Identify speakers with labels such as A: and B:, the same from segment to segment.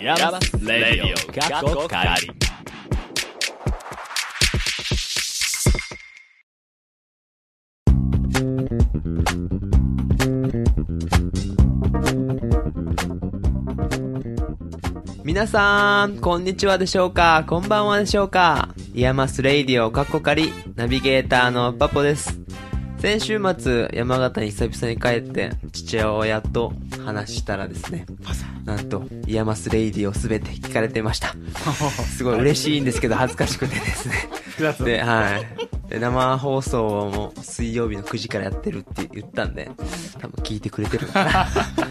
A: ヤマスレディオ過去仮
B: 皆さん、こんにちはでしょうかこんばんはでしょうかイヤマスレイディオカッコカリ、ナビゲーターのパポです。先週末、山形に久々に帰って、父親と話したらですね、なんと、イヤマスレイディオすべて聞かれてました。すごい嬉しいんですけど、恥ずかしくてですね。で、はい。で生放送をもう水曜日の9時からやってるって言ったんで、多分聞いてくれてるのか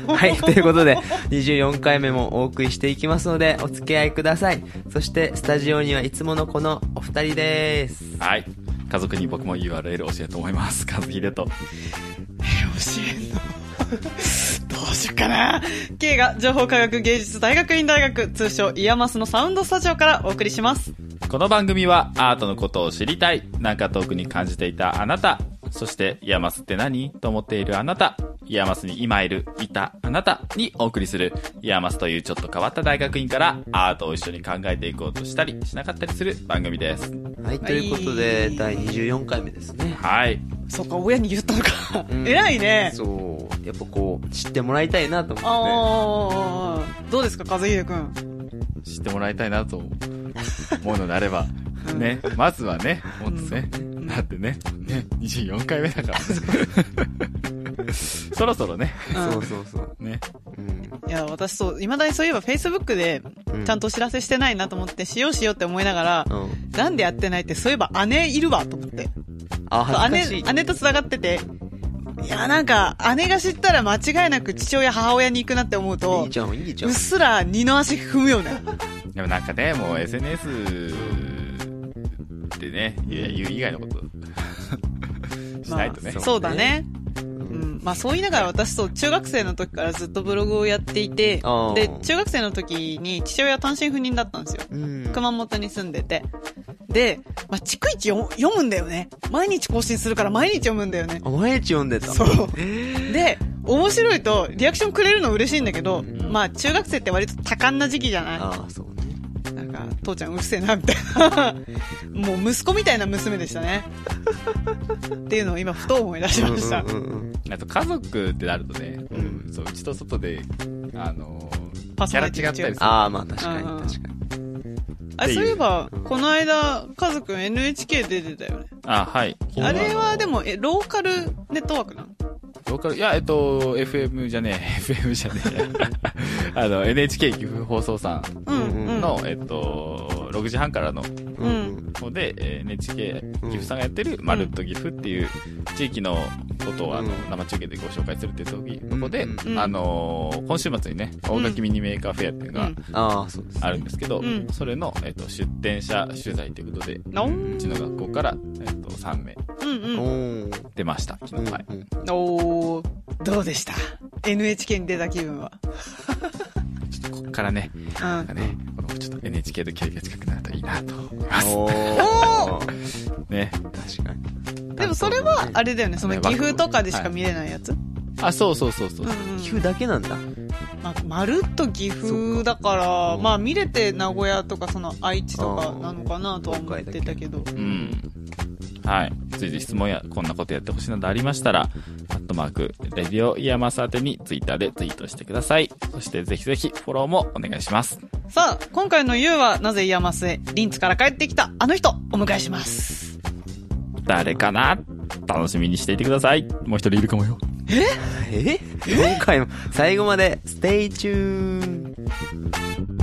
B: な。 はい。ということで、24回目もお送りしていきますので、お付き合いください。そして、スタジオにはいつものこのお二人です。
A: はい家族に僕も URL 教えようと思います和秀と
C: 教えんのどうしよっかな K が情報科学芸術大学院大学通称イヤマスのサウンドスタジオからお送りします
A: この番組はアートのことを知りたいなんか遠くに感じていたあなたそしてイヤマスって何と思っているあなたイヤマスに今いるいたあなたにお送りするイヤマスというちょっと変わった大学院からアートを一緒に考えていこうとしたりしなかったりする番組です
B: はい。ということで、第24回目ですね。
A: はい
C: そっか親に言ったのか、
B: うん
C: 偉いね
B: そう。やっぱこう、知ってもらいたいなと思っ
C: ああどうですか和秀くん
D: 知ってもらいたいなと思うのであれば、ね、まずはね、もっとね、だってね、ね、24回目だから、ね、
A: そろそろね
B: て。そうそうそう。
D: ね、
B: うん。
C: いや私そう未だにそういえば Facebook で
B: うん
C: ちゃんとお知らせしてないなと思ってしようしようって思いながら、
B: うん。
C: なんでやってないってそういえば姉いるわと思って
B: あ、恥ずかし
C: 姉
B: い。
C: 姉と繋がってていやなんか姉が知ったら間違いなく父親母親に行くなって思うと
B: いいじゃん、いいじゃ
C: うんっ。すら二の足踏むよね。
D: でもなんかね、もう SNS ってね、言う言う以外の こと、しないとね、
C: まあ、そうだね。うん、まあそう言いながら私そう中学生の時からずっとブログをやっていて
B: あー
C: で中学生の時に父親は単身赴任だったんですよ
B: うん。
C: 熊本に住んでてで、まあ、逐一読読むんだよね毎日更新するから毎日読むんだよね
B: あ、毎日読んでた。
C: そうで面白いとリアクションくれるの嬉しいんだけど、まあ中学生って割と多感な時期じゃない
B: ああ、そうね。
C: なんか父ちゃんうるせえなみたいなもう息子みたいな娘でしたねっていうのを今ふと思い出しました、
B: うんうんうんうん
D: あと家族ってなるとね、
B: ん
D: そう、うちと外で、あのー
C: パー
D: キ
C: ソ
D: ャラ
C: ナリティ
D: 違ったりする。
B: ああ、まあ確かに
C: うんうん
B: 確かに。
C: あそういえば、この間、カズくん NHK 出てたよね。
A: あはい
C: あれはでも、え、ローカルネットワークなの
D: ローカル、いや、えっと、FM じゃねえ、FM じゃねえ、あの、NHK 岐阜放送さん
C: うん、うん。
D: の、えっと、6時半からの
B: うんうん。
D: 方で、えー NHK 岐阜さんがやってる「まるっと岐阜」っていう地域のことをあの
B: うん
D: 生中継でご紹介するっていう時とこで、
B: うん
D: あのー今週末にね大垣ミニメーカーフェアっていうのが
B: ああ、そうですね。
D: あるんですけど、
C: うん
D: それの、えっと出展者取材ということで、う
C: おー
D: ちの学校から、えっと3名
C: うん
B: お
C: うん。
B: ー
D: 出ました
B: う
D: 昨
B: ん
D: 日、はい、
B: うん
C: おー、どうでした ?NHK に出た気分は。
D: ちょっとこっからね
C: うん。
D: なんかねこのちょっと NHK と距離が近くなるといいなと思います
B: お
C: お
B: ー
D: ね
B: 確かに。
C: でもそれは、あれだよね、その
D: ね
C: 岐阜とかでしか見れないやつ。
D: あそうそうそうそう、
C: うんうん
B: 寄付だけなんだ。
C: まあ、まるっと岐阜だから、
B: うん
C: まあ見れて名古屋とかその愛知とかなのかなとは思ってたけど。
D: うん。はい。ついで質問や、こんなことやってほしいなどありましたら、アットマーク、レディオイヤマス宛てにツイッターでツイートしてください。そしてぜひぜひフォローもお願いします。
C: さあ、今回の YOU はなぜイヤマスへ、リンツから帰ってきたあの人、お迎えします。
D: 誰かな楽しみにしていてください。もう一人いるかもよ。
B: え今回も最後までステイチューン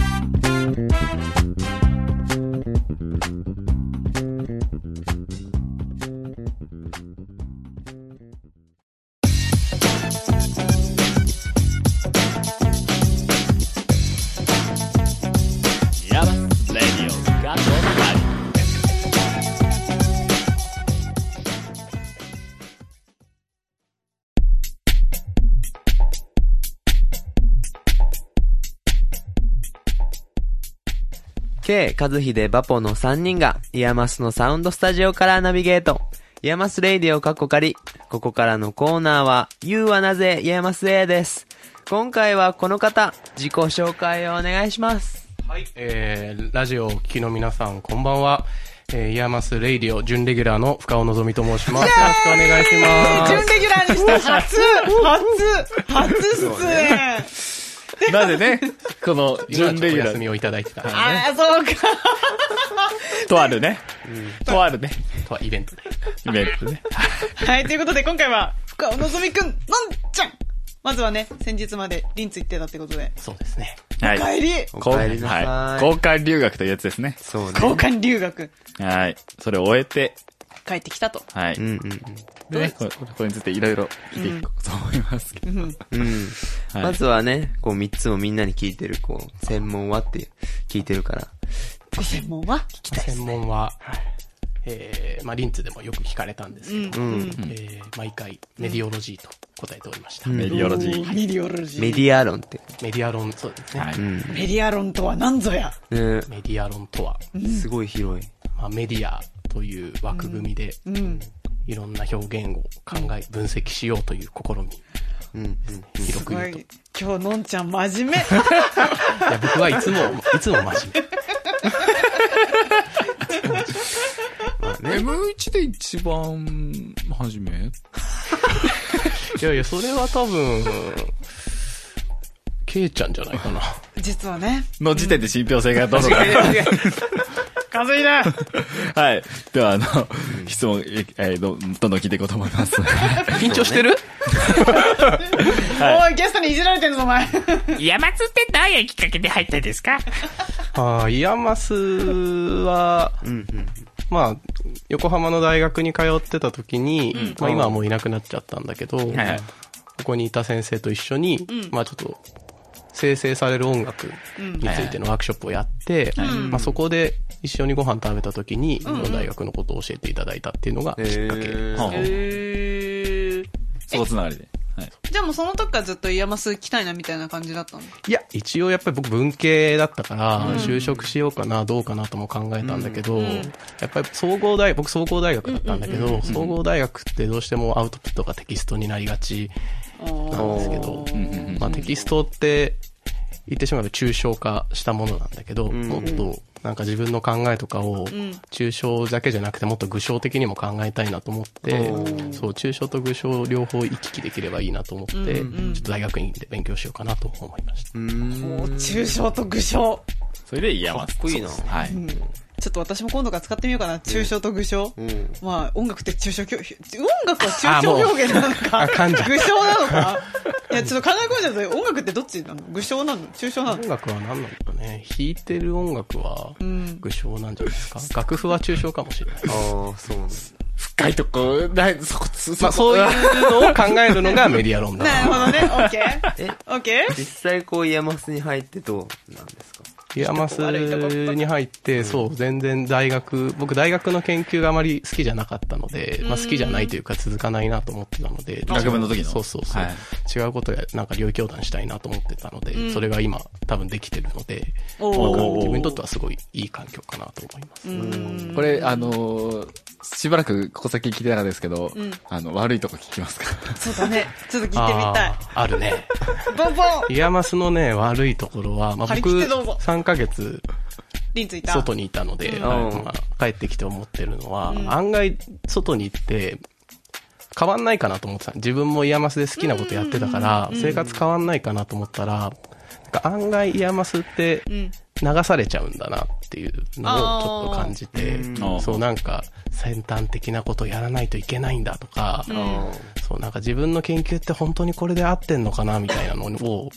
A: ヤマスレディオ過去仮
B: ケイ、カズヒデ、バポの3人が、イヤマスのサウンドスタジオからナビゲート。イヤマスレイディをカッコ借り。ここからのコーナーは、You はなぜイヤマスへです。今回はこの方、自己紹介をお願いします。
E: はい、えー、ラジオをお聞きの皆さん、こんばんは。えー、イヤーマスレイディオ、準レギュラーの深尾のぞみと申します。よろしくお願いしま
C: 準
E: す。
C: レギュラーにして初、初、初出演。
D: なぜね、 この、
E: 今
D: 準
E: ちょ
D: レ
E: っと
D: ギュ
E: お
D: ラ
E: 休
D: ー
E: みをいただいてた、は
C: ああ、そうか。
D: とあるね、とあるね、
E: い、とはイベントで。
D: イベントね。
C: はい、ということで今回は、深尾のぞみくん、のんちゃんまずはね、先日までリンツ行ってたってことで。
E: そうですね。
D: はい。
C: 帰り
B: お
D: こう
B: 帰りなさい。
D: はい。交換留学というやつですね。
B: そうね。
C: 交換留学、
D: はい。それを終えて、
C: 帰ってきたと。
D: はい。
B: うんうん
D: でね、ここれについていろいろ聞いていこうと思いますけど。
B: うん。うん。
D: はい
B: まずはね、こう三つをみんなに聞いてる、こう、専門はって聞いてるから。
C: ご専門は
E: 専門は、えー、まあリンツでもよく聞かれたんですけど、えー、毎回、メディオロジーと答えておりました。
D: メディオロジー。
C: メディオロジー。
B: メディア論って。
E: メディア論、そうですね。
D: はい。
C: メディア論とは何ぞや
B: ね、
E: メディア論とは、
B: すごい広い。
E: まあ、メディアという枠組みで、いろんな表現を考え、分析しようという試み。
B: うんうん。
E: 広く
C: は
E: 言う
C: い
E: と。い
C: 今日のんちゃん真 面目。
E: や、僕はいつも、いつも真面目。
D: M1 で一番、初め
E: いやいや、それは多分、ケイちゃんじゃないかな。
C: 実はね。
D: の時点で信憑性がどうのか。
C: 数いな
D: はい。では、あの、質問、ええーどどんどん聞いていこうと思います。
E: 緊張してる
C: おい、ゲストにいじられてんぞ、お前。
F: 山津ってどういうきっかけで入ったんですか
E: ああ、イヤマスは、まあ、横浜の大学に通ってた時に、まあ今はもういなくなっちゃったんだけど、
D: はい
E: ここにいた先生と一緒に、まあちょっと、生成される音楽についてのワークショップをやって、まあそこで一緒にご飯食べた時に、この大学のことを教えていただいたっていうのがきっかけ。
D: ほうほうそこつながりで。はい。
C: じゃあもうその時からずっとイヤマス来たいなみたいな感じだったの
E: いや、一応やっぱり僕文系だったから、就職しようかな、どうかなとも考えたんだけど、やっぱり総合大、僕総合大学だったんだけど、総合大学ってどうしてもアウトプットがテキストになりがちなんですけど、まあテキストって言ってしまえば抽象化したものなんだけど、もっとなんか自分の考えとかを抽象だけじゃなくてもっと具象的にも考えたいなと思って、そう、抽象と具象両方行き来できればいいなと思って、ちょっと大学院で勉強しようかなと思いました。
C: もう、抽象と具象。
D: それで、イヤマス。
B: かっこいいな
D: そうですはい。
C: ちょっと私も今度から使ってみようかな。抽象と具象。
B: うん。
C: まあ、音楽って抽象表、音楽は抽象表現なのか、
E: あ噛んじゃった
C: 具象なのか。いや、ちょっと考え込んじゃった音楽ってどっちなの具象なの抽象なの
E: 音楽は何なんだろうね。弾いてる音楽は
C: ん
E: 具象なんじゃないですか。楽譜は抽象かもしれない。
B: ああ、そうなんだ。
D: 深いとこ、ない、そこ、そ
E: まあそういうのを考えるのがメディア論だ。
C: なるほどね。オッケー。
B: え、
C: オッケー
B: 実際こう、イヤマスに入ってどうなんですか
E: イヤマスに入って、そう、全然大学、僕大学の研究があまり好きじゃなかったので、まあ好きじゃないというか続かないなと思ってたので、
D: 学部の時の
E: そうそうそう。
D: はい
E: 違うことや、なんか領域教団したいなと思ってたので、それが今多分できてるので、
C: お
E: なんか
C: ー
E: 自分にとってはすごいいい環境かなと思います。
D: これ、あのー、しばらくここ先聞いてなかったですけど、あの、悪いとこ聞きますか
C: そうだね。ちょっと聞いてみたい
E: あ。ーあるね。
C: ボンボン
E: イヤマスのね、悪いところは、まあ、
C: 張り
E: 僕、
C: 切ってどうぞ
E: 3ヶ月、
C: リンついた。
E: 外にいたので、
B: ん
E: まあ帰ってきて思ってるのは、案外、外に行って、変わんないかなと思ってた。自分もイヤマスで好きなことやってたから、生活変わんないかなと思ったら、なんか案外イヤマスって、流されちゃうんだなっていうのをちょっと感じて
D: ー、
E: そうなんか先端的なことやらないといけないんだとか、そう、なんか自分の研究って本当にこれで合ってんのかなみたいなのを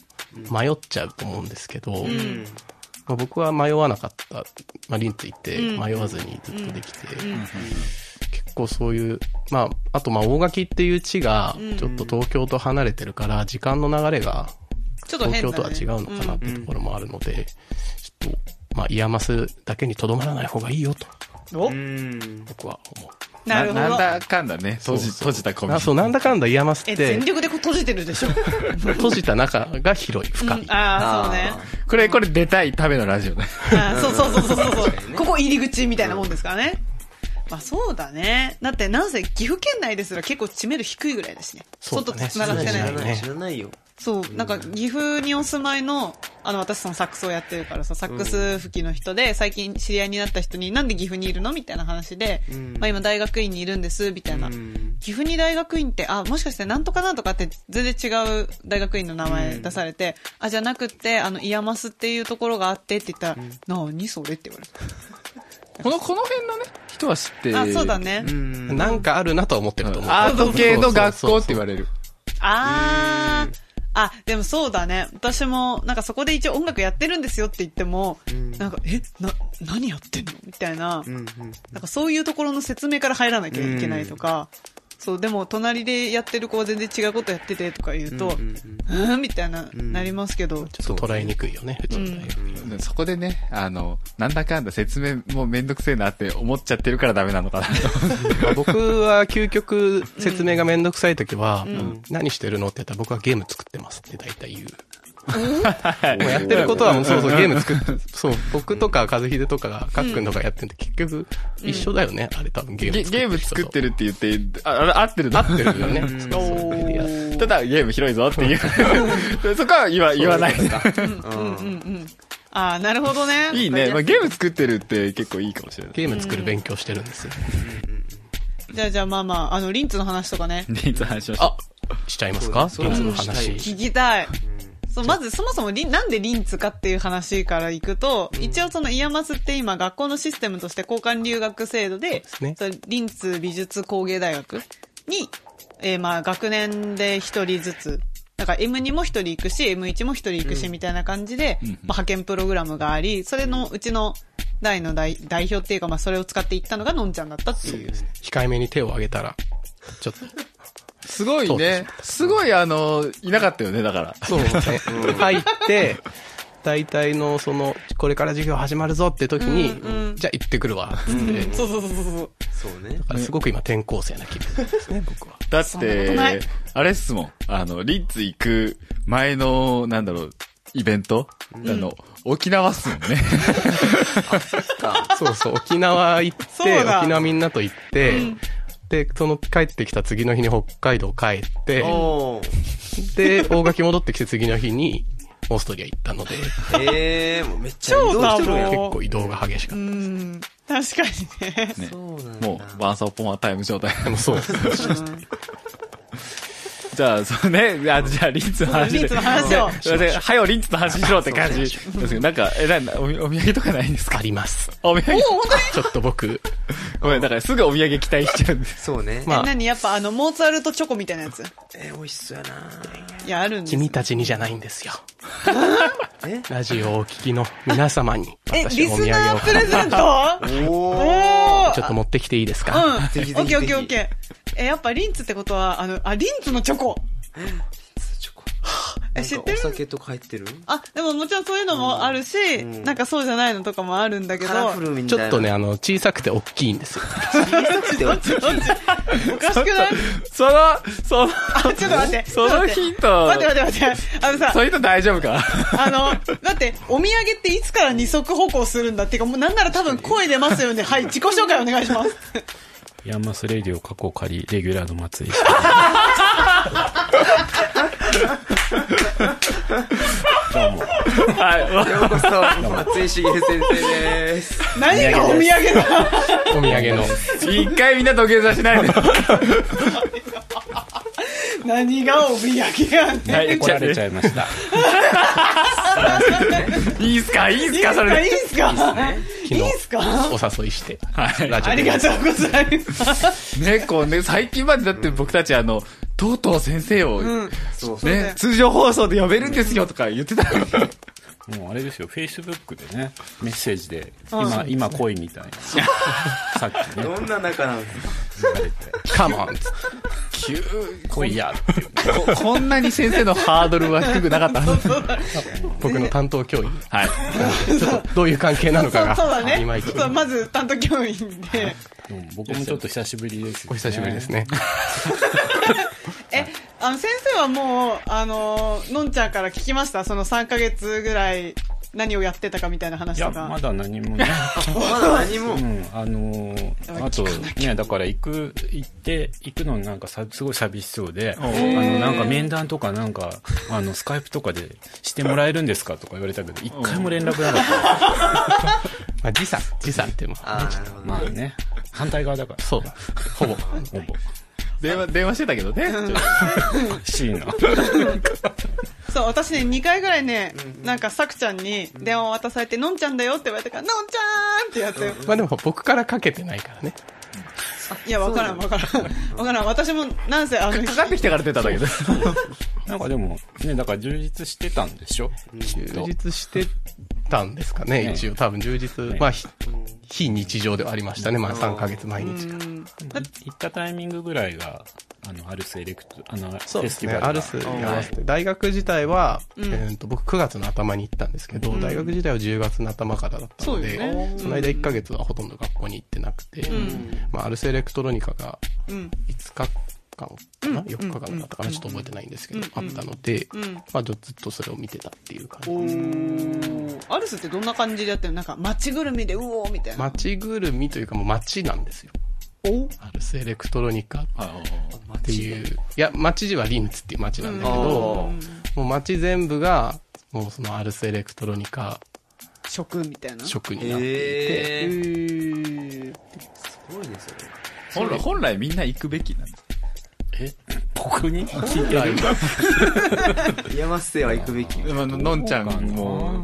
E: 迷っちゃうと思うんですけど、まあ僕は迷わなかった。まあ、リンツ行って迷わずにずっとできて、結構そういう、まあ、あとまあ大垣っていう地がちょっと東京と離れてるから、時間の流れが
C: ちょっと
E: 東
C: 変
E: 京
C: だね。
E: とは違うのかなっていうところもあるので、ちょっと、まあ、イヤマスだけにとどまらない方がいいよと、
C: お
B: うん。
E: 僕は思う。
C: なるほ
D: な
C: ど。
D: なんだかんだね、閉じ、閉じたコミュ
E: あ
D: ニティ
E: そう、なんだかんだイヤマス
C: え、
E: っ
C: 全
E: て、
C: 力でこう閉じてるでしょ。
E: 閉じた中が広い、深い。
C: ああ、そうね。
D: これ、これ出たいためのラジオね。
C: あーそうそうそうそうそうそう。ここ入り口みたいなもんですからね。まあそうだね。だってなんせ岐阜県内ですら結構知名度低いぐらいだしね。
E: そうだね
C: 外と繋がってない
E: 知ら
C: の
E: ない
C: に。
E: ね
B: 知らないよ。
C: そう、なんか岐阜にお住まいの、あの、私そのサックスをやってるからさ、サックス吹きの人で、最近知り合いになった人に、なんで岐阜にいるのみたいな話で、
B: ん
C: まあ今大学院にいるんです、みたいな。
B: うん
C: 岐阜に大学院って、あ、もしかしてなんとかなんとかって全然違う大学院の名前出されて、あ、じゃなくって、あの、イヤマスっていうところがあってって言ったら、何それって言われた。
D: この、この辺のね、人は知って
C: あ、そうだ。ね。
B: うん
E: なんかあるなとは思ってると思う。
D: アート系の学校って言われる。
C: あー。あ、でもそうだね。私も、なんかそこで一応音楽やってるんですよって言っても、なんか、え、な、何やってんのみたいな、
B: うんうん
C: なんかそういうところの説明から入らなきゃいけないとか、そう、でも隣でやってる子は全然違うことやっててとか言うと、
B: うん
C: うん、みたいな、
B: ん
C: なりますけど、
E: ちょっと捉えにくいよね、普通の大学
D: そこでね、あの、なんだかんだ説明もめんどくせえなって思っちゃってるからダメなのかなと。
E: まあ僕は究極説明がめんどくさい時は、何してるのって言ったら僕はゲーム作ってますって大体言う。もうやってることはもうそうそうゲーム作って、そう、僕とか和秀とかが、かっくんとかやってんで結局一緒だよね、あれ多分ゲー
D: ゲ
E: ム
D: ゲーム作って
E: る
D: るって言って、あ、あ合ってるの
E: 人と。合ってるよね。そうそうそれでやる
D: ただ、ゲーム広いぞって いう。そこは言わ言わない。
C: あー、なるほどね。
D: いいね。まあ、ゲーム作ってるって結構いいかもしれない。
E: ゲーム作る勉強してるんですよ。
C: じゃあじゃあまあまあ、あの、リンツの話とかね、
D: で、いつ話しましょ
E: あしちゃいますか
B: そうだ
E: ゲームの
B: そう
E: 話。
C: 聞きたい。そう、まずそもそもリンなんでリンツかっていう話からいくと、一応そのイヤマスって今学校のシステムとして交換留学制度で、
E: すね
C: それリンツ美術工芸大学に、えーまあ学年で一人ずつ、なんか M2 も一人行くし、M1 も一人行くしみたいな感じで、まあ、派遣プログラムがあり、それのうちの代の代代表っていうか、まあそれを使って行ったのがのんちゃんだったっていう。
E: 控えめに手を挙げたら、ちょっと。
D: う。すごいね。すごい、あの、いなかったよね、だから。
E: そうね。入って、大体の、その、これから授業始まるぞって時に、
C: うんうん
E: じゃあ行ってくるわ、つって。
C: そうそうそうそうそう。
B: そうね
E: だからすごく今転校生な気分ですね、僕は。
D: だっ
C: んなことない
D: て、あれっすもん。あの、リッツ行く前の、なんだろう、イベント、あの、沖縄っすもんね。
E: そうそう、沖縄行っ
C: そう
E: て、
C: だ
E: 沖縄みんなと行って、で、その帰ってきた次の日に北海道帰って、
B: おー
E: で、大垣戻ってきて次の日に、オーストリア行ったので、
B: ええもうめっちゃ移動してるやん
C: 超だ
E: 結
C: も
E: 構移動が激しかった。
C: うん。確かにね。
B: そうなんだ
D: もう、ワンサーポマータイム状態。
E: でもそう。
D: じゃあ、そうね、あじゃあ、リンツの話で。
C: リンツの話を
D: すいませんはよ、リンツの話しろって感じ。ですけどなんか、え、なんだ、おみお土産とかないんですか
E: あります。
D: お土産
E: ちょっと僕、
D: ごめん、だからすぐお土産期待しちゃうんです。
B: そうね
E: まあ、
C: 何やっぱあの、モーツァルトチョコみたいなやつ。
B: えー、美味しそうやない
C: や、あるんです
E: 君たちにじゃないんですよ
B: え。
E: ラジオをお聞きの皆様に、
C: え、
E: 私
C: リ
E: のお
C: ス
E: 土
C: ナ
E: 産を
C: ープレゼント
B: おー
C: おー
E: ちょっと持ってきていいですか、
C: うん。
B: ぜひぜひ
C: オッケーオッケーオッケー。え、やっぱリンツってことは、あの、あ、リンツのチョコ
B: チョコ
C: え、知って
B: な
C: る
B: んかお酒とか入ってる
C: あ、でももちろんそういうのもあるし、
B: ん
C: なんかそうじゃないのとかもあるんだけど、
B: カラフルみたいな
E: ちょっとね、あの、小さくて大きいんですよ。
B: でもぜ
C: おかしくない
D: その、その、
C: あ、ちょっと待って。
D: そのヒント、
C: 待って待って待って。あのさ
D: そ、ういうの大丈夫か
C: あの、だって、お土産っていつから二足歩行するんだっていうか、もうなんなら多分声出ますよね。はい、自己紹介お願いします。
G: ヤンマスレディオ過去仮、レギュラーの松井。
D: はい。
B: ようこそ松井茂先生です
C: 何がお土産だ
E: お土産の。
D: 一回みんな土下座しないで。
C: 何がお土産やねん。
D: はい、
G: 怒られちゃい ました。
D: いいっすかいいっすかそれ
C: いい
D: で。
C: んすかい
E: 昨
C: いん
E: 日、
C: すか
E: お誘いして、
D: はい。
E: ラジ
C: あ
E: オ
C: り
E: で
C: がとうございます。
D: ね、こうね、最近までだって僕たちあの、とうとう先生を、
B: そうそう
D: ね、通常放送で呼べるんですよとか言ってたのに。
G: もうあれですよ、Facebook でね、メッセージで、今、今恋み たいな。さっきね、
B: どんな仲なんですか
E: カモンっつって
D: 急
G: 恋や。
D: ここんなに先生のハードルは低くなかったはず。
E: 僕の担当教員、
D: はい。
E: どういう関係なの
C: そ
E: か
C: う
E: が、
C: そうだ
E: いま
C: ね。
E: いち
C: そうまず担当教員で。
G: うん僕もちょっと久しぶりです、ね。
E: お久しぶりです
G: ね。
E: ね。
C: え、あの、先生はもう、あの、のんちゃんから聞きましたその3ヶ月ぐらい何をやってたかみたいな話
G: いや
C: とか。
G: まだ何 もね、
B: まだ何
G: う
B: も。
G: ん、あのーあとねだから行く行って行くのなんかさすごい寂しそうであのなんか面談とかなんかあのスカイプとかでしてもらえるんですかとか言われたけど一回も連絡なかった
E: まあ、時差、時差っていうのは、
B: ああ、なるほど。
G: まあね反対側だから
E: そうだ。ほぼ。
G: ほぼ
D: 電話、電話してたけどね。
G: C の
C: そう、私ね、2回ぐらいね、なんか、さくちゃんに電話を渡されて、のんちゃんだよって言われたから、のんちゃーんってやって、
E: まあでも僕からかけてないからね。
C: いや、わからん、わからん。わからん。私も、なんせ、あの、
D: かかってきてから出たんだけど。
G: なんかでもねだから充実してたんでしょきっ
E: 充
G: と
E: 実してたんですかね、
G: ね
E: 一応。多分充実、
G: ね
E: まあ、ひ非日常ではありましたね。まあ3ヶ月毎日が。
G: 行ったタイミングぐらいがあのアルスエレクトあのフ
E: そう
G: ェ
E: で
G: ス
E: す
G: ティ
E: ね。
G: バルが
E: アルスに合わせて。大学自体は、えーと僕9月の頭に行ったんですけど、大学自体は10月の頭からだったので、
C: そうよね
E: その間1ヶ月はほとんど学校に行ってなくて、まあ、アルスエレクトロニカが
C: うん
E: 5日間かな、?4 日間だったかなちょっと覚えてないんですけど、あったので、まあ、ずっとそれを見てたっていう感じ。
C: おーアルスってどんな感じでやってるのなんか、街ぐるみで、うおーみたいな。
E: 街ぐるみというかもう街なんですよ。
C: お
E: アルスエレクトロニカっていう、いや、街自はリンツっていう街なんだけど、もう街全部が、もうそのアルスエレクトロニカ
C: 食みたいな。
E: 色になっていて、
B: え
C: え
B: え
C: ー。
B: すごいですよね。
D: 本来、本来みんな行くべきなんです。
G: 僕に聞いてる
B: 山瀬は行くべき。
D: まあのんちゃんも、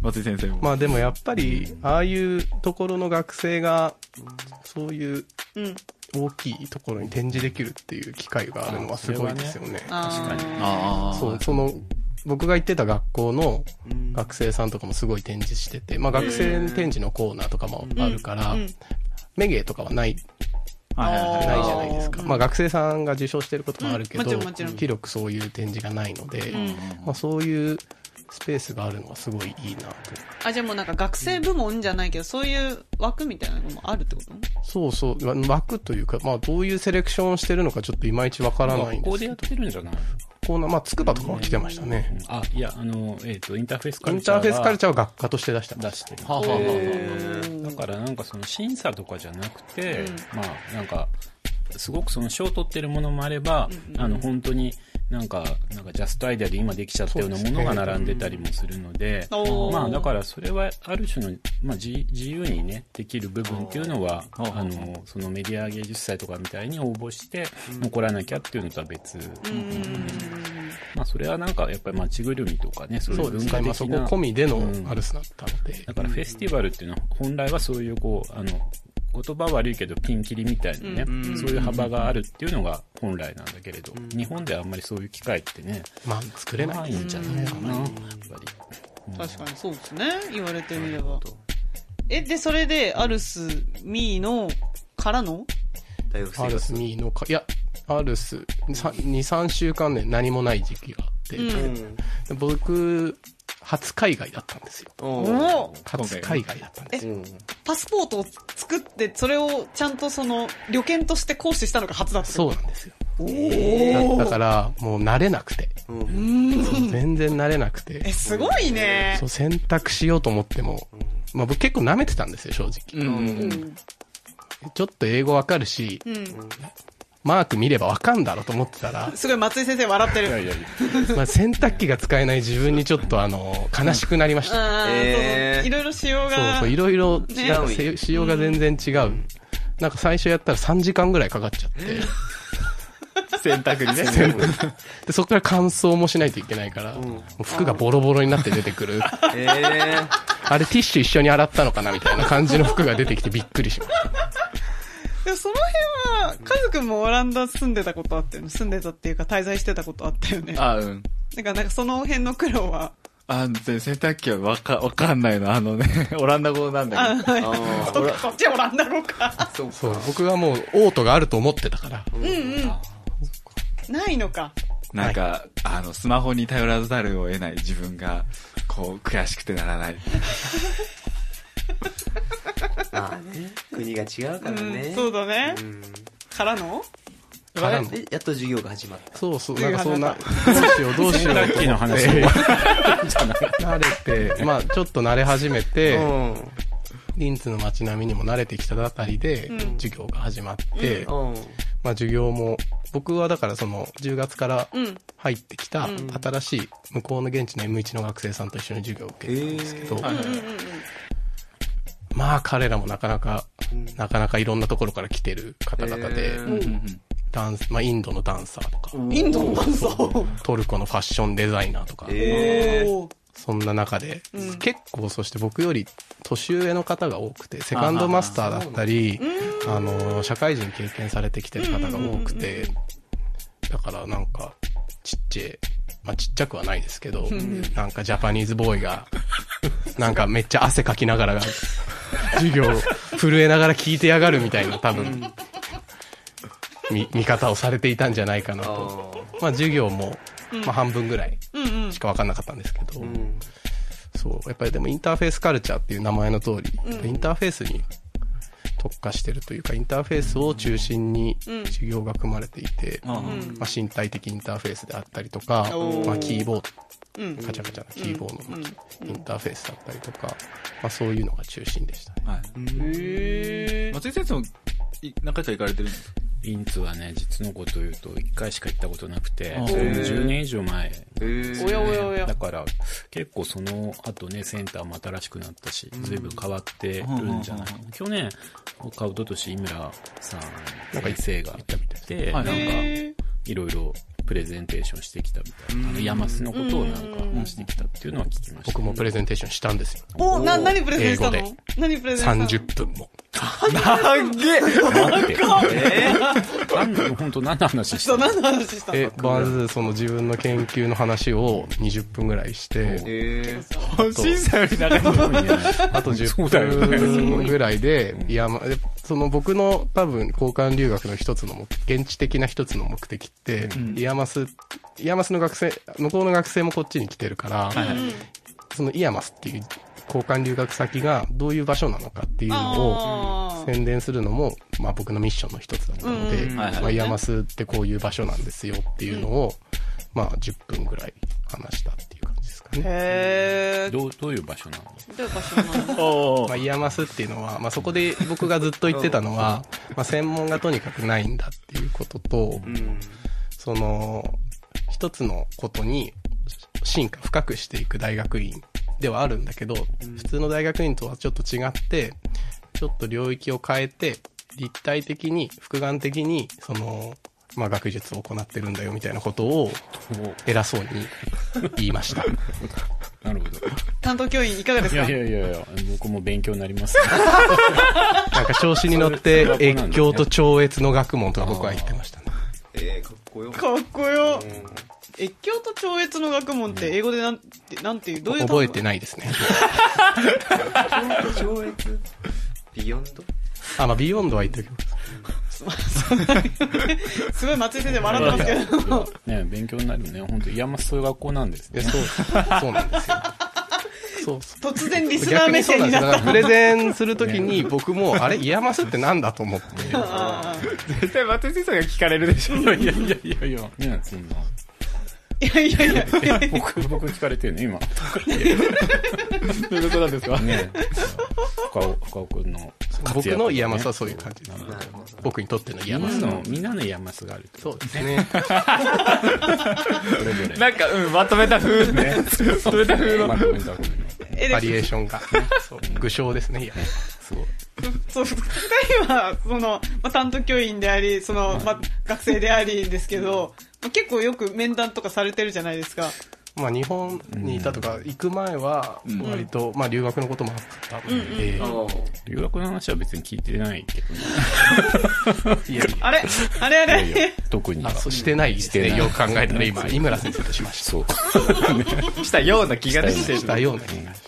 D: 松井先生も。
E: まあでもやっぱり、ああいうところの学生が、そういう
C: うん。
E: 大きいところに展示できるっていう機会があるのはすごいですよね。
C: あー
D: あ
E: そう、その、僕が行ってた学校の学生さんとかもすごい展示してて、まあ学生展示のコーナーとかもあるから、メゲーとかはない、
D: あ。はいはいはい
E: ないじゃないですか。まあ学生さんが受賞してることもあるけど
C: うんもちろんもちろん、
E: 広くそういう展示がないので、まあそういうスペースがあるのはすごいいいなと。
C: あ、じゃあもうなんか学生部門じゃないけど、そういう枠みたいなのもあるってこと
E: そうそう、わ枠というか、まあどういうセレクションをしてるのかちょっといまいちわからないん
G: 学
E: で
G: 校
E: すけ
G: でやっ
E: ど、
G: てるんじゃない
E: コーナー、まあつくばとかは来てましたね。
G: あいやあのえっ、とインターフェースカ
E: イン
G: ルチャ
E: ター
G: ー
E: フェースカル
G: チ
E: チャーを学科として出した。
G: ャー出してる
D: はあはあはあ
G: だからなんかその審査とかじゃなくて、まあなんかすごくその賞を取ってるものもあれば、あの本当になんかなんかジャストアイデアで今できちゃったようなものが並んでたりもするので、
C: うんおー
G: まあだからそれはある種の、まあ、自自由にねできる部分っていうのはあのそのメディア芸術祭とかみたいに応募して残らなきゃっていうのとは別、まあそれはなんかやっぱり街ぐるみとかねそうい
E: そううで
G: 文
E: す
G: 化
E: ね。
G: 的
E: ま
G: な
E: あそこ込みでの
G: うん
E: アルスだったので。
G: だからフェスティバルっていうのは本来はそういうこうあの言葉悪いけどピンキリみたいなね、そういう幅があるっていうのが本来なんだけれど、日本ではあんまりそういう機会ってね、
E: まあ、作れな
G: ない
E: い。
G: いんじゃないかな、やっぱり。
C: 確かにそうですね言われてみればえでそれでアルスミーのからの
B: 大学
E: ア
B: 生
E: ル
B: 活
E: ス。ミーのか、いや、アルス、さ2、3週間で何もない時期があって、僕、初海外だったんですよ。
B: お
C: お
B: ー
C: ー
E: 初海外だったんですよ。
B: うん。
C: パスポートを作ってそれをちゃんとその旅券として行使したのが初だった
E: そうなんですよ。だだから、もう慣れなくて。全然慣れなく
C: え
E: て。
C: すごいね
E: そう、選択しようと思っても、まあ僕結構舐めてたんですよ、正直。ちょっと英語わかるし、マーク見ればわかんだろうと思ってたら、
C: すごい松井先生笑ってる
G: いやいやいや
E: まあ、洗濯機が使えない自分にちょっとあの悲しくなりました。
C: あー
B: えー
C: そうそういろいろ仕様
E: そう
C: が
E: そう、いろいろ
C: ね
E: なんかせ仕様が全然違う。なんか最初やったら3時間ぐらいかかっちゃって、
D: 洗濯にね。
E: でそこから乾燥もしないといけないから、もう服がボロボロになって出てくる。
B: ええ
E: あれティッシュ一緒に洗ったのかなみたいな感じの服が出てきてびっくりしました。
C: でもその辺はカズくんもオランダ住んでたことあったよね住んでたっていうか滞在してたことあったよね
D: あ、うん。
C: なんかなんかその辺の苦労は
D: あ、で洗濯機はわか、わかんないの。あのね、 オランダ語なんだけど。
C: はいそっかこっちはオランダ語か
E: そう、僕はもうオートがあると思ってたから、
C: ないのか
D: なんか、あの、スマホに頼らざるを得ない自分が、こう、悔しくてならない。
B: まあね。国が違うからね。
C: そうだね。からの
E: からの。
B: でやっと授業が始まった。
E: そうそう、なんかそんな、どうしよう、どうしようと思って。
G: さっきの話
E: 慣れて、まあちょっと慣れ始めて、
B: うん。
E: リンツの街並みにも慣れてきたあたりで、授業が始まって、
B: うん。
E: まあ授業も、僕はだからその10月から
C: うん。
E: 入ってきた新しい向こうの現地の M1 の学生さんと一緒に授業を受けてたんですけど、まあ彼らもなかなか、なかなかいろんなところから来てる方々で、ダンス、まあインドのダンサーとか、
C: インドのダンサー。
E: トルコのファッションデザイナーとか、
C: おー
E: そんな中で、
C: うん
E: 結構そして僕より年上の方が多くて、セカンドマスターだったり、あの、社会人経験されてきてる方が多くて、だからなんか、ちっちゃい、まあちっちゃくはないですけど、なんかジャパニーズボーイが、なんかめっちゃ汗かきながら、授業震えながら聞いてやがるみたいな多分、み見方をされていたんじゃないかなと。まあ授業も、まあ半分ぐらいしか分かんなかったんですけど、そう、やっぱりでもインターフェースカルチャーっていう名前の通り、インターフェースに特化してるというか、インターフェースを中心に授業が組まれていて、まあ、身体的インターフェースであったりとか、まあ、キーボード、カチャカチャなキーボードのインターフェースだったりとか、まあ、そういうのが中心でしたね。
D: 松井先生もい何回か行かれてるんですか
G: インツはね、実のこと言うと、1回しか行ったことなくて、それも10年以上前ですね、
C: おやおやおや
G: だから、結構その後ね、センターも新しくなったし、随分変わってるんじゃないかな。去年、か一昨年井村さん、先生が行ったみたいで、なんか、いろいろプレゼンテーションしてきたみたいな。あの、ヤマスのことをなんか話してきたっていうのは聞きました。
E: 僕もプレゼンテーションしたんですよ。
C: おー、な、何プレゼンした
E: 英語
C: の何プレゼンしたの
E: 30分も。
G: 待って。えー、なんだ本当何の話して
C: そう、
G: るの
C: 何の話した
E: え、まずその自分の研究の話を20分ぐらいして、
D: 審査より長 い。
E: あと10
G: そうだよね
E: 分ぐらいで、いや、ま、その僕の多分交換留学の一つの目、現地的な一つの目的って、イヤマス、イヤマスの学生、向こうの学生もこっちに来てるから、そのイヤマスっていう交換留学先がどういう場所なのかっていうのを、
C: あー
E: 宣伝するのも、まあ、僕のミッションの一つだったので、
C: うん
E: まあ、イヤマスってこういう場所なんですよっていうのを、まあ、10分ぐらい話したっていう感じですかね。
C: へー。
G: どう、どういう場所なの
C: どういう場所なの
E: まあ、イヤマスっていうのは、まあ、そこで僕がずっと言ってたのは、まあ、専門がとにかくないんだっていうことと、その、一つのことに進化深くしていく大学院ではあるんだけど、普通の大学院とはちょっと違って、ちょっと領域を変えて、立体的に、複眼的に、その、まあ、学術を行ってるんだよみたいなことを偉そうに言いました。
G: なるほど。
C: 担当教員いかがです
G: い
C: か
G: やいやいやいや、僕も勉強になります、
E: なんか調子に乗って
G: そういう学校なんだね
E: 越境と超越の学問とは僕は言ってましたね。
B: えー、かっこよ。
C: かっこよ。越境と超越の学問って英語でなんて、なんていう、どういう単語
E: 覚えてないですね。
B: 超越ビヨンド
E: あ、まあ、ビヨンドは言っておきます。
C: すごい松井先生笑ってますけど。
G: ね。勉強になるね。本当山 そういう学校なんです
E: いや
G: ね。
E: そう、そうなんですよ。 そうそ
C: 突然リ
E: う。
C: スナー 目
E: そう
C: 線に
E: ですよ。だ
C: な
E: から
C: っ
E: プレゼンするときに僕も、あれ、イヤマスってなんだと 思って。
D: 絶対 松井先生が聞かれるでしょ。 いやいやいやいやいや。
G: ねそんな。
C: た。いやいやいや。
G: 僕、僕聞かれてるね、今。
D: どういうことなんですか
G: ね深尾、深尾くんの
E: 僕のイヤマスは
G: ス
E: そういう感じです。僕にとってのイヤ
G: み
E: マ
G: ん
E: ス
G: な
E: の
G: の、。みんなのイヤマスがあるって
E: そうですね。
G: それぞれ。
D: なんか、うん、まとめた風ね。まとめた風の。
G: まとめたことね
C: え、
E: バ
C: で
E: リエーションが。そう具象ですね、イヤマス。
G: すごい。
C: そう、二人は、その、まあ、担当教員であり、その、まあ、学生でありですけど、まあ、結構よく面談とかされてるじゃないですか。
E: まあ、日本にいたとか、行く前は、割と、まあ、留学のこともあったので、
G: 留学の話は別に聞いてないけどね。
C: あれあれあれ
G: いやいや特に
E: あ
G: は。
E: そうしてないです
G: して
E: ね。
G: ない
E: よく考えたら今、井村先生としました。
G: そう。
D: したような気がねしてる
E: し。たような気が。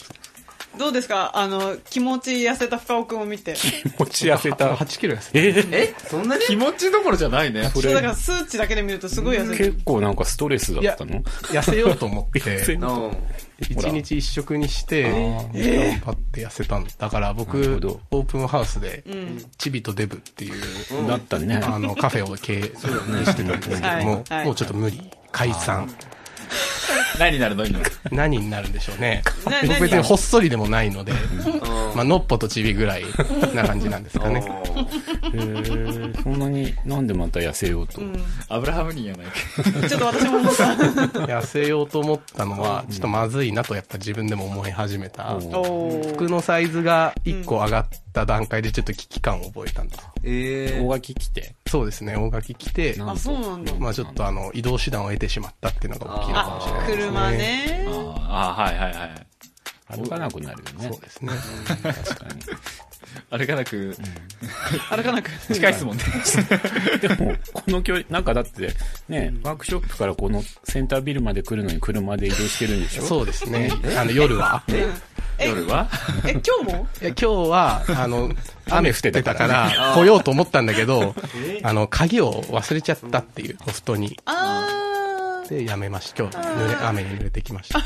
C: どうですかあの、気持ち痩せた深尾くんを見て。
G: 持ち痩せた。
E: 8キロ痩せ
G: えー
B: えそんなに
D: 気持ちどころじゃない ね。
C: そうだから数値だけで見るとすごい痩せてる。
G: 結構なんかストレスだったの
E: た。痩せようと思って、
G: 全
B: うん
E: 1日1食にして、頑張って痩せたの。だから僕、
G: なるほど
E: オープンハウスで、チビとデブっていう、
G: 部だったね。
E: あの、カフェを経営してたんですけども
C: はいはい、
E: もうちょっと無理。解散。
D: 何になるの今。
E: 何になるんでしょうね。
C: な
E: 僕別
C: 何
E: にほっそりでもないので、まあ、のっぽとちびぐらいな感じなんですかね。
G: へーそんなになんでまた痩せようと。
D: アブラハム人やないか。
C: ちょっと私も思 った。
E: 痩せようと思ったのは、ちょっとまずいなとやっぱ自分でも思い始めた。
C: お
E: 服
C: ー
E: のサイズが1個上がった段階でちょっと危機感を覚えたんです。
B: え
G: 大垣来て。
E: そうですね、大垣来て、
G: な
C: あ、そうなんだ。
E: まあちょっとあの、移動手段を得てしまったっていうのが大きいのかもしれ
C: あ、
E: ないですね。
C: 車。ね。
D: ああ、はいはいはい。
G: 歩かなくなるよね
E: そう。ですね。
G: 確かに。
D: 歩かなく、
C: 歩かなく。
D: 近いっすもんね。
G: でも、この距離、なんかだって、ね、ワークショップからこのセンタービルまで来るのに車で移動してるんでしょ
E: そうですね。あの、夜 は。い
D: 夜は
C: え、今日も
E: や今日は、あの、雨降ってた から、来ようと思ったんだけど、あの、鍵を忘れちゃったっていう、ホストに。
C: あー。
E: で、やめました。今日、濡れ、雨に濡れてきました。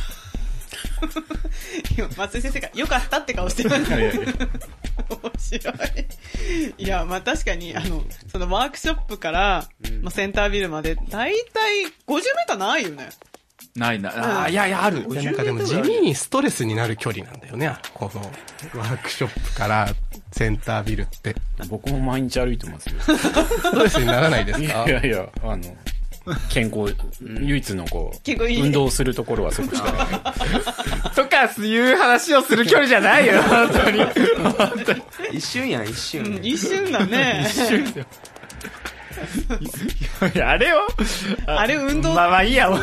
C: 今松井先生が良かったって顔してる。面白い。いや、まあ確かに、あの、そのワークショップから、まあセンタービルまで、だいたい50メーターないよね。
D: ないな。あーいやいや、ある。
E: いやなんかでも地味にストレスになる距離なんだよね、このワークショップからセンタービルって。
G: 僕も毎日歩いてますよ。
E: ストレスにならないです
G: い
E: か
G: やいや、あの、健康、唯一のこう、
C: 健康いい
G: 運動するところはそこしかない。
D: とか、いう話をする距離じゃない よ、本当に。
B: 一瞬やん、一
C: うん
B: 瞬。
C: 一瞬だね。
D: いやあれよ
C: あれ運動
D: まあまあいいや、もう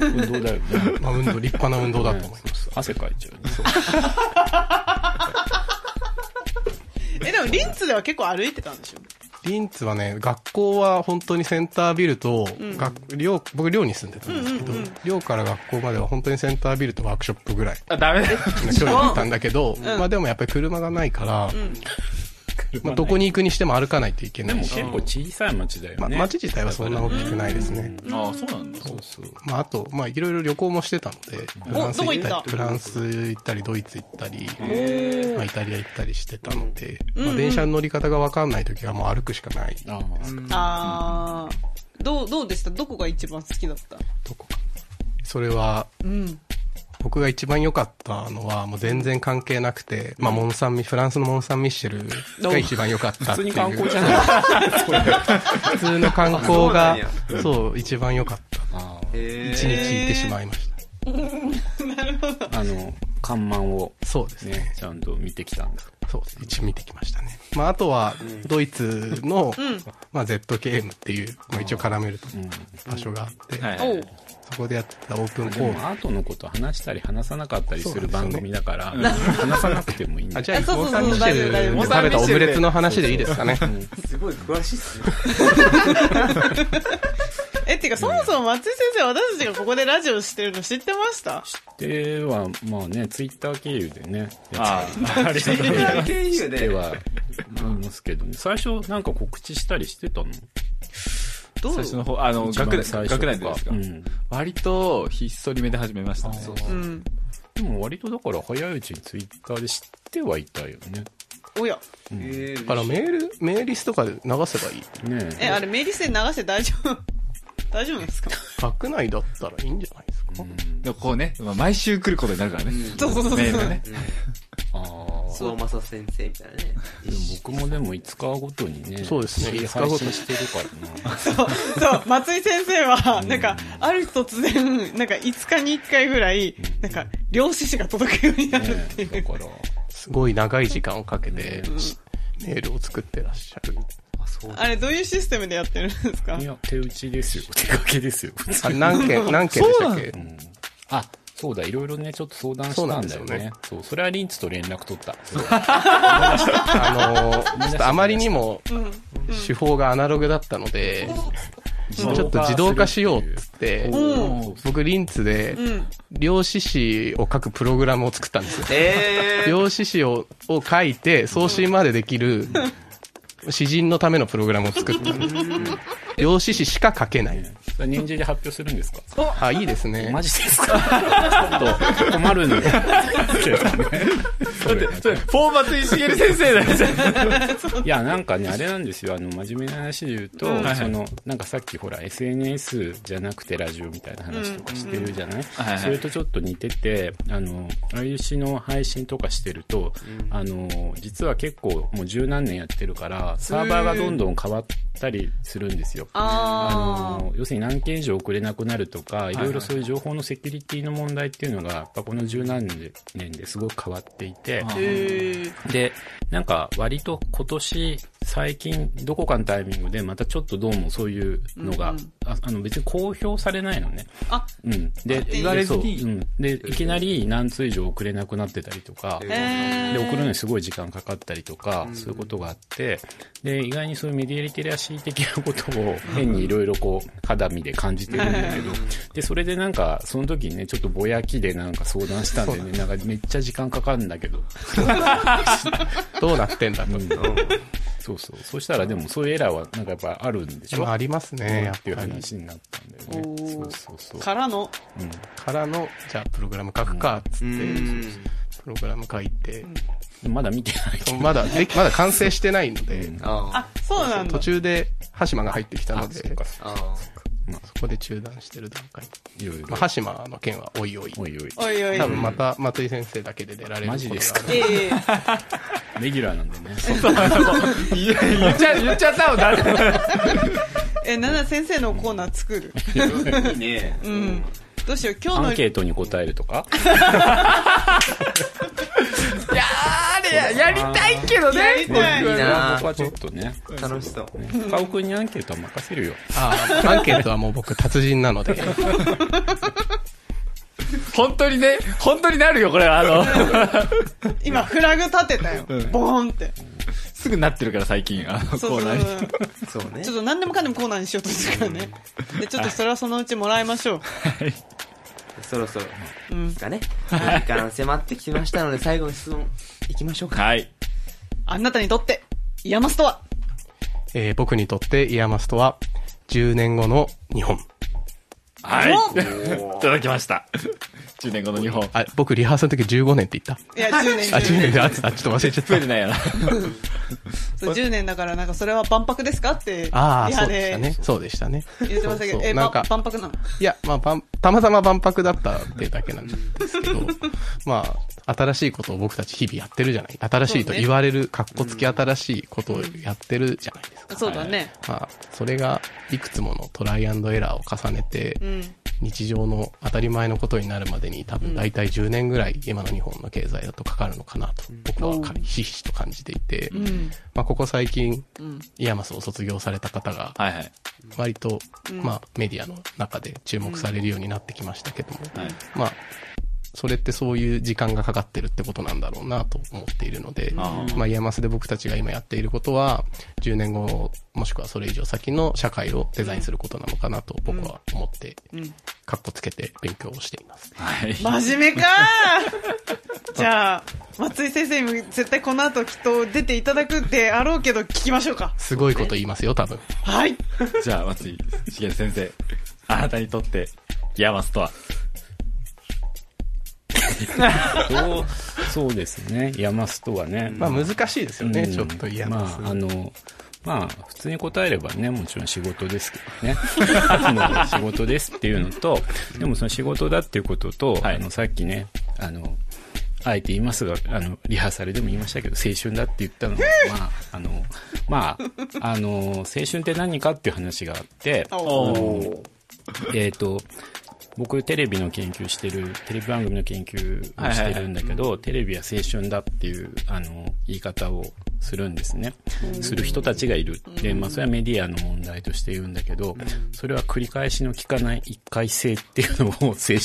G: 運動だよね。
E: まあ運動、立派な運動だと思います。
G: 汗かいちゃうね。
C: え、でもリンツでは結構歩いてたんでしょ
E: リンツはね、学校は本当にセンタービルと、学寮僕寮に住んでたんですけど、寮から学校までは本当にセンタービルとワークショップぐらい
D: あダメだ。
E: の距離だったんだけど、まあでもやっぱり車がないから、まあどこに行くにしても歩かないといけ
G: で
E: な
G: も
E: い
G: 結
E: し、
G: 構小さい町だよ
E: まあ
G: ね。
E: 街自体はそんな大きくないですね。
D: ああ、そうなんだ。
E: そうそう。まあ、あと、まあ、いろいろ旅行もしてたので、フランス
C: どこ行った
E: 行ったり、フランス行ったり、ドイツ行ったり、まあ、イタリア行ったりしてたので、まあ、電車の乗り方がわかんない時はもう歩くしかない。
G: あ
C: あー。どう、どうでしたどこが一番好きだった
E: どこかそれは、
C: うん。
E: 僕が一番良かったのは、もう全然関係なくて、まあ、モンサンミ、フランスのモンサンミッシェルが一番良かったっていう。普通に観光じゃない 普通の観光が、そう、一番良かった。
G: あ
E: 一日行ってしまいました。
G: あの、看板を
E: そうですね
G: ね、ちゃんと見てきたんだ。
E: そうですね。一応見てきましたね。まあ、あとは、ドイツの、まあ、ZKM っていう、まあ、一応絡めると場所があって、
D: はい
C: おう。
E: そこでやってたオープン
G: で
E: コ
G: も
E: ーナー。
G: アートのこと話したり話さなかったりする番組だから、
D: んです
G: 話さなくてもいいんだ
E: あ、
G: よ
E: じゃあ、
C: そうそう
E: モンサンミッシェル
C: 大丈夫大丈夫
E: で食べたオムレツの話でいいですかね。
B: すごい詳しいっすね。
C: え、てか、そもそも松井先生、私たちがここでラジオしてるの知ってました
G: では、まあね、ツイッター経由でね、やっ
D: ああ、ありがとうございます。
B: 経由
G: て
B: で。
G: は、思いますけどね。最初、なんか告知したりしてたの
C: どう
D: 最初の方、あの、
G: 一番
D: 学
G: 最
D: 内、
G: 初と
D: 学内でですか
G: うん
D: 割と、ひっそりめで始めましたね。
C: うん。
G: でも割とだから早いうちにツイッターで知ってはいたよね。
C: おや。
B: え
E: だからメール、メーリスとかで流せばいい。
G: ね
C: え、あれ、メリスで流して大丈夫大丈夫なんですか
E: 学内だったらいいんじゃないですか。
D: でもこうね、まあ毎週来ることになるからね。
C: そうそうそう
D: メール
C: そ
D: が
C: う。
D: ね。
G: ああ。
B: ー、相馬さ先生みたいなね。
G: でも僕もでも5日ごとにね、
E: そうですね
G: 配信してるからな。
C: そう、そう、松井先生は、なんか、ある日突然、なんか5日に1回ぐらい、なんか、漁師紙が届くようになるってい
G: ね
C: う。
G: だから、
E: すごい長い時間をかけて、メールを作ってらっしゃる。
B: あ、そう。
C: あれ、どういうシステムでやってるんですか
G: いや、手打ちですよ。手掛け ですよ。
E: あれ何件、何件でしたっけ
G: あ、そうだ、いろいろね、ちょっと相談したんだよ
E: そうなんです
G: ね。そう、それはリンツと連絡取った。
E: あのー、ちょっとあまりにも手法がアナログだったので、ちょっと自動化しようっつって、
C: うん。
E: 僕リンツで
C: うん。
E: 量子紙を書くプログラムを作ったんですよ。
B: え
E: 量子紙をを書いて送信までできる詩人のためのプログラムを作ったんです。量子紙しか書けない。
G: それ年次で発表するんですか
E: あ、いいですね。
G: マジですか ちょっと困るん で。
D: だって、そ れ、フォーマット石毛先生だよ。
G: いや、なんかね、あれなんですよ。あの、真面目な話で言うと、その、なんかさっきほら、SNS じゃなくてラジオみたいな話とかしてるじゃない、
D: はい
G: それとちょっと似てて、あの、IUC の配信とかしてると、あの、実は結構もう十何年やってるから、サーバーがどんどん変わったりするんですよ。あ
C: あ
G: の要するに何件以上送れなくなるとか、いろいろそういう情報のセキュリティの問題っていうのが、やっぱこの十何年ですごく変わっていて、
C: ー。へー
G: で、なんか割と今年、最近、どこかのタイミングで、またちょっとどうもそういうのが、
C: うんうん
G: ああの別に公表されないのね。
C: あ、
G: うん。で、
C: 言われ
G: ずに。うん。で、いきなり何通以上送れなくなってたりとか、
C: え
G: で、送るの
C: い。
G: にすごい時間かかったりとか、そういうことがあって、で、意外にそういうメディアリテラシー的なことを変にいろいろこう、肌身で感じてるんだけど、で、それでなんか、その時にね、ちょっとぼやきでなんか相談したんでね、なんかめっちゃ時間かかるんだけど、
E: どうなってんだと。
G: そうそう。そしたらでもそういうエラーはなんかやっぱあるんでしょ
E: まあありますね、やっ
G: っていう
E: ぱり。
G: 話になったんだよ
C: お
G: ね。
C: ー
G: そうそうそう。
C: からの、
E: からの、じゃあプログラム書くか、つって、プログラム書いて、
G: まだ見てないけど。
E: まだでき、まだ完成してないので、
B: あ
C: あ、そうなん
E: 途
C: だ。
E: 中で羽島が入ってきたので、
G: そっか
B: ああ
E: そこで中断してる段階。
G: いろい ろ
E: まあ、。羽島の件はおいおい。
G: おいおい。
C: おいおい
E: 多。分また松井先生だけで出られる
G: マジですか
E: ことがあ
C: ええ
G: レギュラーなんでね。
D: 言っちゃ、言っちゃったの誰
C: え、なな先生のコーナー作る。
B: あいいね
C: うん。どうしよう、今
G: アン
C: 日の
G: ケートに答えるとか
D: や、やりたいけどね。
C: やりたい。
B: いいな
G: 僕はちょっとね、
B: 楽しそう
G: 深尾くんにアンケートは任せるよ。
E: るああアンケートはもう僕達人なの で
D: 本当にね、本当になるよ、これは。あ の、
C: 今、フラグ立てたよ。ボー ンって。
D: すぐなってるから、最近。あの、コ
C: そ
D: ー
C: うそ
D: ナ
C: う
D: ーに。
C: そう。
B: そうね
C: ちょっと何でもかんでもコーナーにしようとするからね。で、ちょっとそれはそのうちもらいましょう。
B: そろそろ
C: うん
B: ですかね時間迫ってきましたので最後の質問いきまし ょうか
D: はい。
C: あなたにとって、ヤマスとは
E: えー僕にとってイヤマスとは10年後の日本
D: はい。いただきました。10年後の日本。
E: あ僕リハーサルの時15年って言っ
C: いや、10年
E: たあ10
C: 10
E: 年でああちょっと忘れちゃ っ
D: 増え
E: た
D: てないやな。
C: そう10年だから、なんかそれは万博ですかって、
E: ああ
C: リ
E: そ
C: ハ
E: うでした
C: で
E: ねそうでしたね
C: 言ってましたけ
E: そう
C: ど、
E: そう
C: え、
E: な
C: ば
E: んか
C: 万博なの
E: いや、まあ、万たまたま万博だったってだけなんですけど、まあ、新しいことを僕たち日々やってるじゃない。新しいと言われる、かっこつき新しいことをやってるじゃないですか。
C: そうだね。
E: まあ、それがいくつものトライアンドエラーを重ねて、
C: うん。
E: 日常の当たり前のことになるまでに多分大体10年ぐらい今の日本の経済だとかかるのかなと僕はかひしひしと感じていて、
C: うん。
E: まあここ最近
C: ん
E: イヤマスを卒業された方が
D: はいはい。
E: 割と、まあ、メディアの中で注目されるようになってきましたけども、まあ、それってそういう時間がかかってるってことなんだろうなと思っているので、
D: あ
E: まあ、イヤマスで僕たちが今やっていることは、10年後、もしくはそれ以上先の社会をデザインすることなのかなと僕は思って、かっこつけて勉強をしています。
D: はい。
C: 真面目か ーじゃあ、松井先生にも絶対この後きっと出ていただくであろうけど、聞きましょうか。
E: すごいこと言いますよ、多分。
C: はい。
D: じゃあ、松井茂先生。あなたにとって、ヤマスとは。
G: どうそうですね。山スとはね。
E: まあ、難しいですよね、ちょっとイヤマス。
G: まあ、あの、まあ、普通に答えればね、もちろん仕事ですけどね。 仕事ですっていうのと、でもその仕事だっていうことと、
D: はい
G: あの、さっきね、あの、あえて言いますが、あの、リハーサルでも言いましたけど、青春だって言ったのは、まあ、あの、まあ、あの、青春って何かっていう話があって、
D: お
G: えっ、と、僕テレビの研究してる、テレビ番組の研究をしてるんだけど、テレビは青春だっていう、あの、言い方をするんですね。する人たちがいる。で、まあそれはメディアの問題として言うんだけど、それは繰り返しの効かない一回性っていうのを青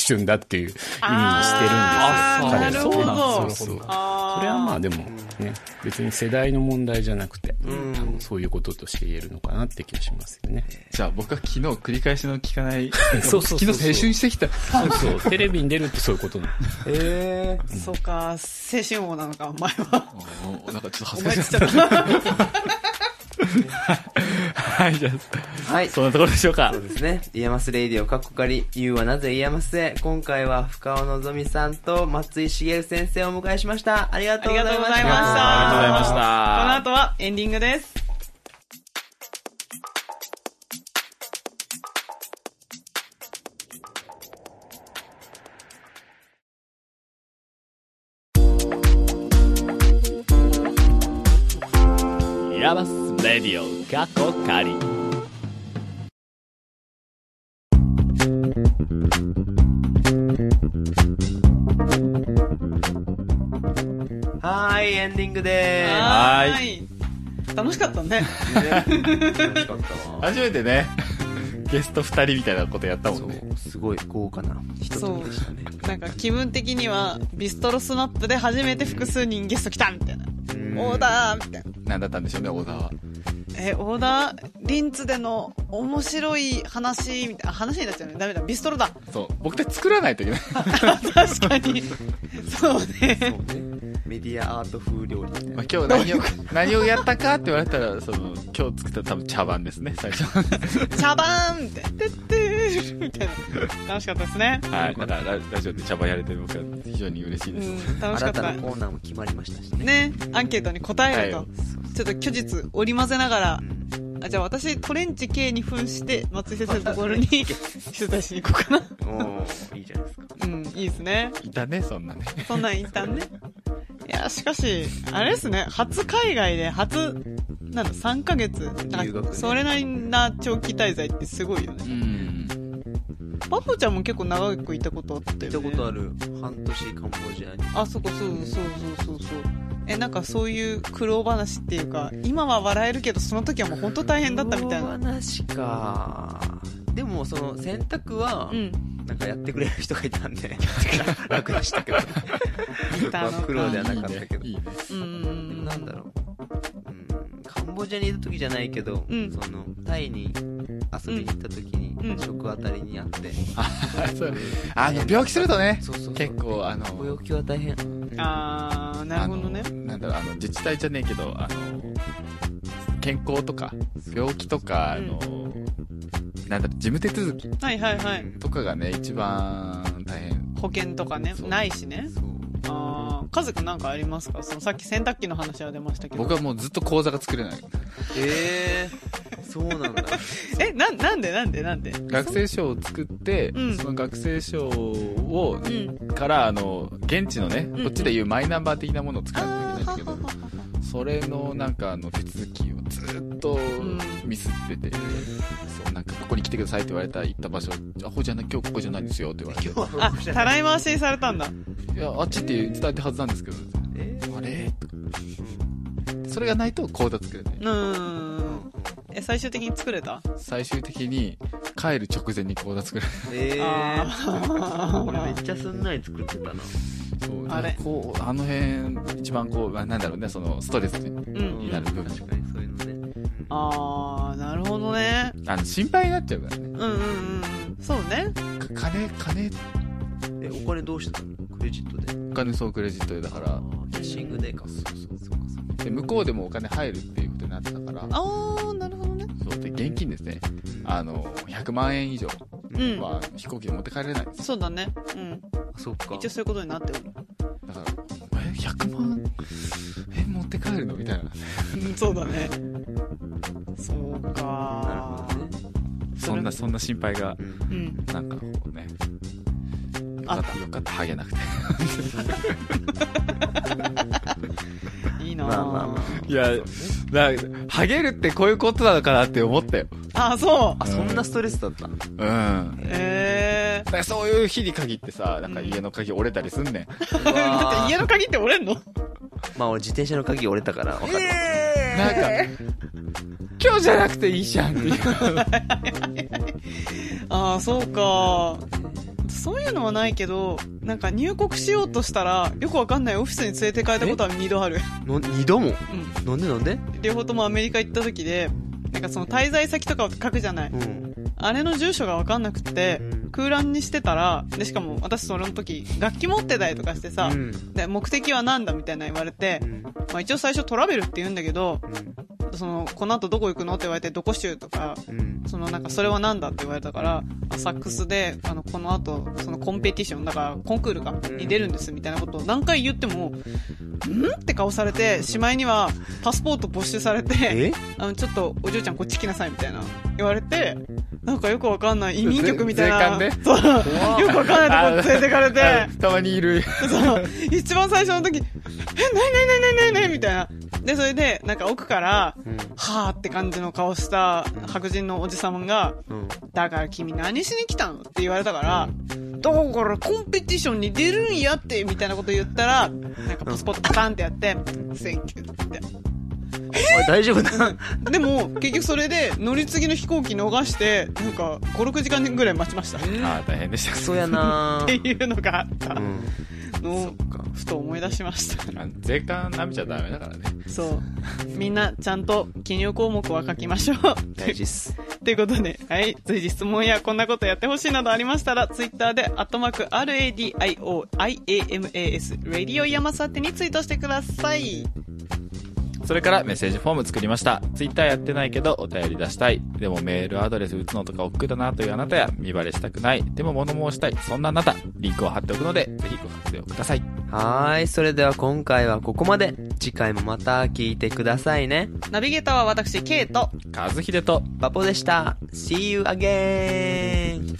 G: 春だっていう意味にしてるんですよ。
C: あー
G: 彼らは
C: なるほ
E: そう
C: ど
E: そう
C: あ
G: それはまあでもね、別に世代の問題じゃなくて、多分そういうこととして言えるのかなって気がしますよね。
D: じゃあ僕は昨日繰り返しの聞か ない、
G: そうそうそう
D: 昨日青春してきた。
G: そうそう、テレビに出るってそういうことなの。
B: え
C: あ、そうか、青春王なのか、お前は。
D: おなんかちょっと恥
C: お
D: ずか
C: 前
D: し
C: ち
D: い
C: ょっと、は
D: はい、じゃ
B: ー、はい
D: あ、。そんなところでしょうか
B: そう。ですね。イヤマスレイディオ、かっこかり、ゆうはなぜイヤマスへ。今回は深尾のぞみさんと松井茂先生をお迎えしました。 ありがとうございました。
C: ありがとうございました
D: ありがとうございました。
C: この後はエンディングです。
A: ヤマスレディオ過去仮
B: はーい、エンディングで
C: はーい。楽しかったね。
D: 初めてね、ゲスト二人みたいなことやったもんね。
B: ーす。すごい豪華な人とでしたね。
C: なんか気分的には、ビストロスマップで初めて複数人ゲスト来たみたいな。オーダーみたいな。
D: なんだったんでしょうね、小沢は。
C: え、オーダーリンツでの面白い話、みたいな。あ話になっちゃうね。ダメだ。ビストロだ。
D: そう、僕たち作らないといけない。
C: 確かに。そうね。
B: メディアアート風料理みたいな
D: まあ、今日何を、何をやったかって言われたら、その、今日作った多分茶番ですね、最初。
C: 茶番みたいな。てってーみたいな。楽しかったですね。
D: はい、だからララジオで茶番やれて僕は非常に嬉しいうです。
C: ん、楽しか
B: 新
C: ったた
B: な。コーナーも決まりましたしね。
C: ね、アンケートに答える
D: は
C: と。ちょっと虚実織り交ぜながら、あ、じゃあ私、トレンチ K に扮して、松井先生のとこ ろに、出題しに行こうかな。
B: おーいいじゃないですか。
C: うん、いいですね。
D: いたね、そんなね。
C: そんなん一旦ね。いや、しかし、あれですね、初海外で、初、なんだ、3ヶ月。なん
B: 留学
C: か、
B: ね
C: それなりな長期滞在ってすごいよね。
D: うん。
C: パポちゃんも結構長くいたことあったよ
B: 見
C: ね。
B: たことある、半年カンボジアに。
C: あ、そこ、そうそうそうそうそう。え、なんかそういう苦労話っていうか、今は笑えるけど、その時はもう本当大変だったみたい
B: 大
C: な。
B: 話か。でも、その、選択は
C: う、ん。
B: なんかやってくれる人がいたん で、楽でしたけど。まあ、苦労ではなかったけど。
D: いいね。
C: うんうんう
B: でも
C: ん
B: なんだろう、うん、カンボジアにいた時じゃないけど、
C: うん
B: そのタイに遊びに行った時に、
C: うん
B: 食あたりにあって、
D: そうあの、病気するとね、
B: そうそうそう
D: 結構、あ
B: ご要
D: の、
B: 求は大変
C: あー、なるほどね
D: あ。のなんだろう、あの、自治体じゃねえけど、あの、健康とか、病気とか、あ
C: うん
D: の、なんだろう、事務手続き
C: はいはいはい。
D: とかがね、一番大変。
C: 保険とかね、
D: そう
C: ないしね。
D: そう。
C: あー、カズくんなんかありますかそのさっき洗濯機の話は出ましたけど。
D: 僕はもうずっと口座が作れない。
B: えー、そうなんだ
C: え、な、なんでなんでなんで
D: 学生証を作って、
C: うん
D: その学生証を
C: う、ん。
D: から、あの、現地のね、
C: ん
D: こっちでいうマイナンバー的なものを作らないといけないんだけ
C: あーは
D: ど
C: は、はは
D: それのなんかあの手続きをずっとミスってて、そうなんかここに来てくださいって言われた行った場所アホじゃない今日ここじゃないんですよって言われて
C: あ、たらい回しにされたんだ。
D: いやあっちって伝えたはずなんですけど
B: え
D: あれそれがないと口座作れないう
C: ーん。え、最終的に作れた
D: 最終的に帰る直前に口座作れない
B: ー、え
C: あ
B: ー
C: ー
B: 俺めっちゃすんなり作ってたな
D: そう
C: あれ
D: こうあの辺一番こうまあなんだろうねそのストレスに
C: うん。
D: なる部分
B: 確かにそういうのね
C: あー、なるほどね。
D: あの心配になっちゃうからね
C: うんうんうんうん。そうね。
D: か金金
B: えお金どうしてたのクレジットで
D: お金そうクレジットでだから
B: キャッシングでかそうそうそうか
D: で向こうでもお金入るっていうことになってたから
C: あー、なるほどね。
D: そうで現金ですねあの100万円以上
C: うん。
D: は飛行機で持って帰れないんです
C: そうだね。うん。
B: そうか
C: 一応そういうことになっておる。
D: だからえ100万え持って帰るのみたいな
C: うん そうだね。そう
B: なる
C: か
B: ほどね
D: そんなそんな心配が
C: うん。
D: なんかこうねよ
C: あ
D: か
C: っ
D: ったよかったハゲなくて
C: いいなぁ
B: まあまあまあ
D: いやだハゲるってこういうことなのかなって思ったよ
C: あ、そう
B: あそんなストレスだったの
D: うんだ
C: え
D: からそう いう日に限ってさなんか家の鍵折れたりすんねん、
C: ー。だって家の鍵って折れんの
B: まあ俺自転車の鍵折れたから分かる。
D: なんか、今日じゃなくていいじゃん っていう。
C: ああ、そうか。そういうのはないけど、なんか入国しようとしたら、よくわかんないオフィスに連れて帰ったことは2度ある。
B: の二度も、なんでなんで
C: 両方ともアメリカ行った時で、なんかその滞在先とかを書くじゃない。
B: うん。
C: あれの住所がわかんなくって、空欄にしてたら、で、しかも私その時、楽器持ってたりとかしてさ、
B: うん
C: で、目的は何だみたいな言われて、
B: うん。
C: まあ一応最初トラベルって言うんだけど、その、この後どこ行くのって言われて、どこ州とか、
B: うん。
C: そのなんかそれは何だって言われたから、あサックスで、あの、この後、そのコンペティション、だからコンクールか、に出るんですみたいなことを何回言っても、んって顔されて、しまいにはパスポート没収されて
B: え、
C: あの、ちょっとお嬢ちゃんこっち来なさいみたいな言われて、なんかよくわかんない移民局みたいな、
D: 税
C: そうよくわかんないとこ連れてかれて、
D: たまにいる。
C: そう。一番最初の時、え、ないないないないないないみたいな。で、それで、なんか奥から、はぁって感じの顔した白人のおじさんが、だから君何しに来たのって言われたから、だからコンペティションに出るんやって、みたいなこと言ったら、なんかパスポートパタンってやって、センキューって。
B: おい大丈夫 だ。
C: でも、結局それで乗り継ぎの飛行機逃して、なんか5、6時間ぐらい待ちました。っ
D: ああ、大変でした。
B: そうやな
C: て
B: ー
C: いうのがあった
B: うん。
C: のを、ふと思い出しました。
D: あの税関舐めちゃダメだからね。
C: そう。みんな、ちゃんと記入項目は書きましょう。
B: 大事っす。
C: ということで、はい。随時質問やこんなことやってほしいなどありましたら、ツイッターで、アットマーク、RADIOIAMAS、ラディオ山さてにツイートしてください。
D: それからメッセージフォーム作りました。ツイッターやってないけどお便り出したい。でもメールアドレス打つのとか億劫だなというあなたや、見バレしたくない。でも物申したい。そんなあなた、リンクを貼っておくので、ぜひご活用ください。
B: はーい。それでは今回はここまで。次回もまた聞いてくださいね。
C: ナビゲーターは私、ケイト。
D: 和秀と、
B: バポでした。See you again!